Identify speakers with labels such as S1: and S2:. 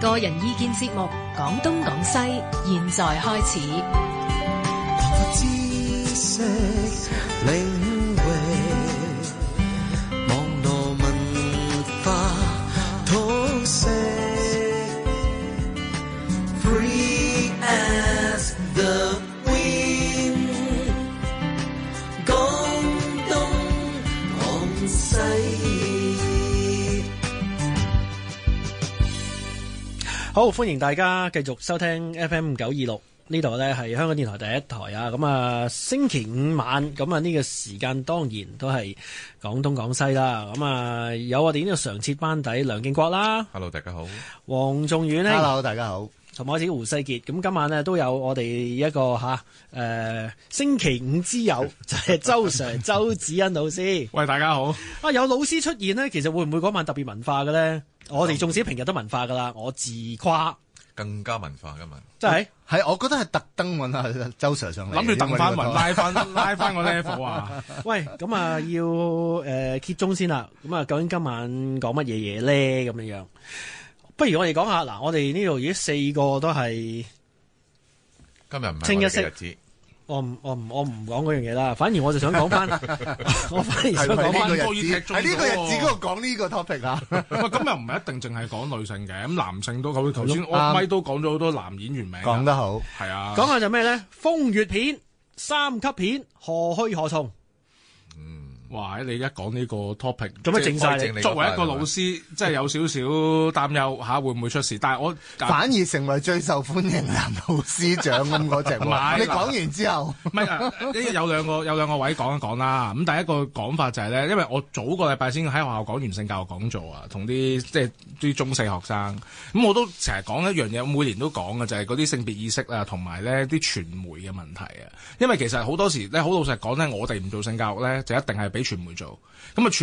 S1: 個人意見節目《講東講西》，現在開始。
S2: 知識領域，網絡文化通識，free as the wind。講東講西，
S3: 好，歡迎大家繼續收聽 FM 九二六呢度呢係香港電台第一台啊！咁啊，星期五晚咁啊，呢個時間當然都係廣東廣西啦。咁啊，有我哋呢個常設班底梁敬國啦、
S4: Hello，大家好。
S3: 黃仲遠
S5: 哎
S3: 呢，
S6: Hello，大家好。
S3: 同埋我自己胡世傑。咁今晚呢，都有我哋一個吓誒、呃星期五之友， 就係、周 Sir 周子恩老師。
S4: 喂，大家好。
S3: 啊，有老師出現呢，其實會唔會嗰晚特別文化嘅呢？我
S4: 哦
S3: 哋縱使平日都文化噶啦，我自誇，
S4: 更加文化今日，
S3: 真係。
S6: 係，我覺得係特登揾下周 Sir 上嚟，
S5: 諗住鄧翻
S6: 因
S5: 文
S6: 為呢
S5: 拉翻 拉翻個 level 啊！
S3: 喂，咁啊要誒、呃揭盅先啦。咁啊，究竟今晚講乜嘢嘢咧？咁樣樣，不如我哋講下嗱，我哋呢度而家四個都係，
S4: 今日唔係
S3: 清一
S4: 我哋
S3: 色
S4: 嘅日子，
S3: 我唔我唔我唔講嗰樣嘢啦。反而我就想講翻，我反而
S6: 個
S3: 想講翻
S6: 係咪呢個
S5: 講返
S6: 日
S5: 多
S6: 子
S5: 啲劇
S6: 喺呢個日
S5: 中
S6: 子
S5: 喎
S6: 嗰度講呢個 topic 啊？
S5: 喂，咁又唔係一定淨係講女性嘅，咁男性都好。頭先
S6: 啱
S5: 我咪都講咗好多男演員名㗎，
S6: 講得好，
S5: 係啊，
S3: 講下就咩咧？風月片、三級片，何去何從？
S5: 哇！你一講呢個 topic，
S6: 啊
S3: 做乜
S5: 即係
S3: 靜晒
S4: 開正
S3: 你？
S4: 你
S5: 作為一個老
S4: 嗰塊係
S5: 師，即係有少少擔憂嚇，會唔會出事？但係我
S6: 反而成為最受歡迎男老師獎咁嗰只
S5: 唔係
S6: 喎。你講完之後，
S5: 唔係啊呢有兩個有兩個位講一講啦。咁第一個講法就係咧，因為我早個禮拜先喺學校講完性教育講座啊，同啲即係啲中四學生。咁我都成日講一樣嘢，我每年都講嘅就係嗰啲性別意識啊，同埋咧啲傳媒嘅問題啊。因為其實好多時咧，好老實講咧，我哋唔做性教育咧，就一定係俾傳媒做。咁啊，傳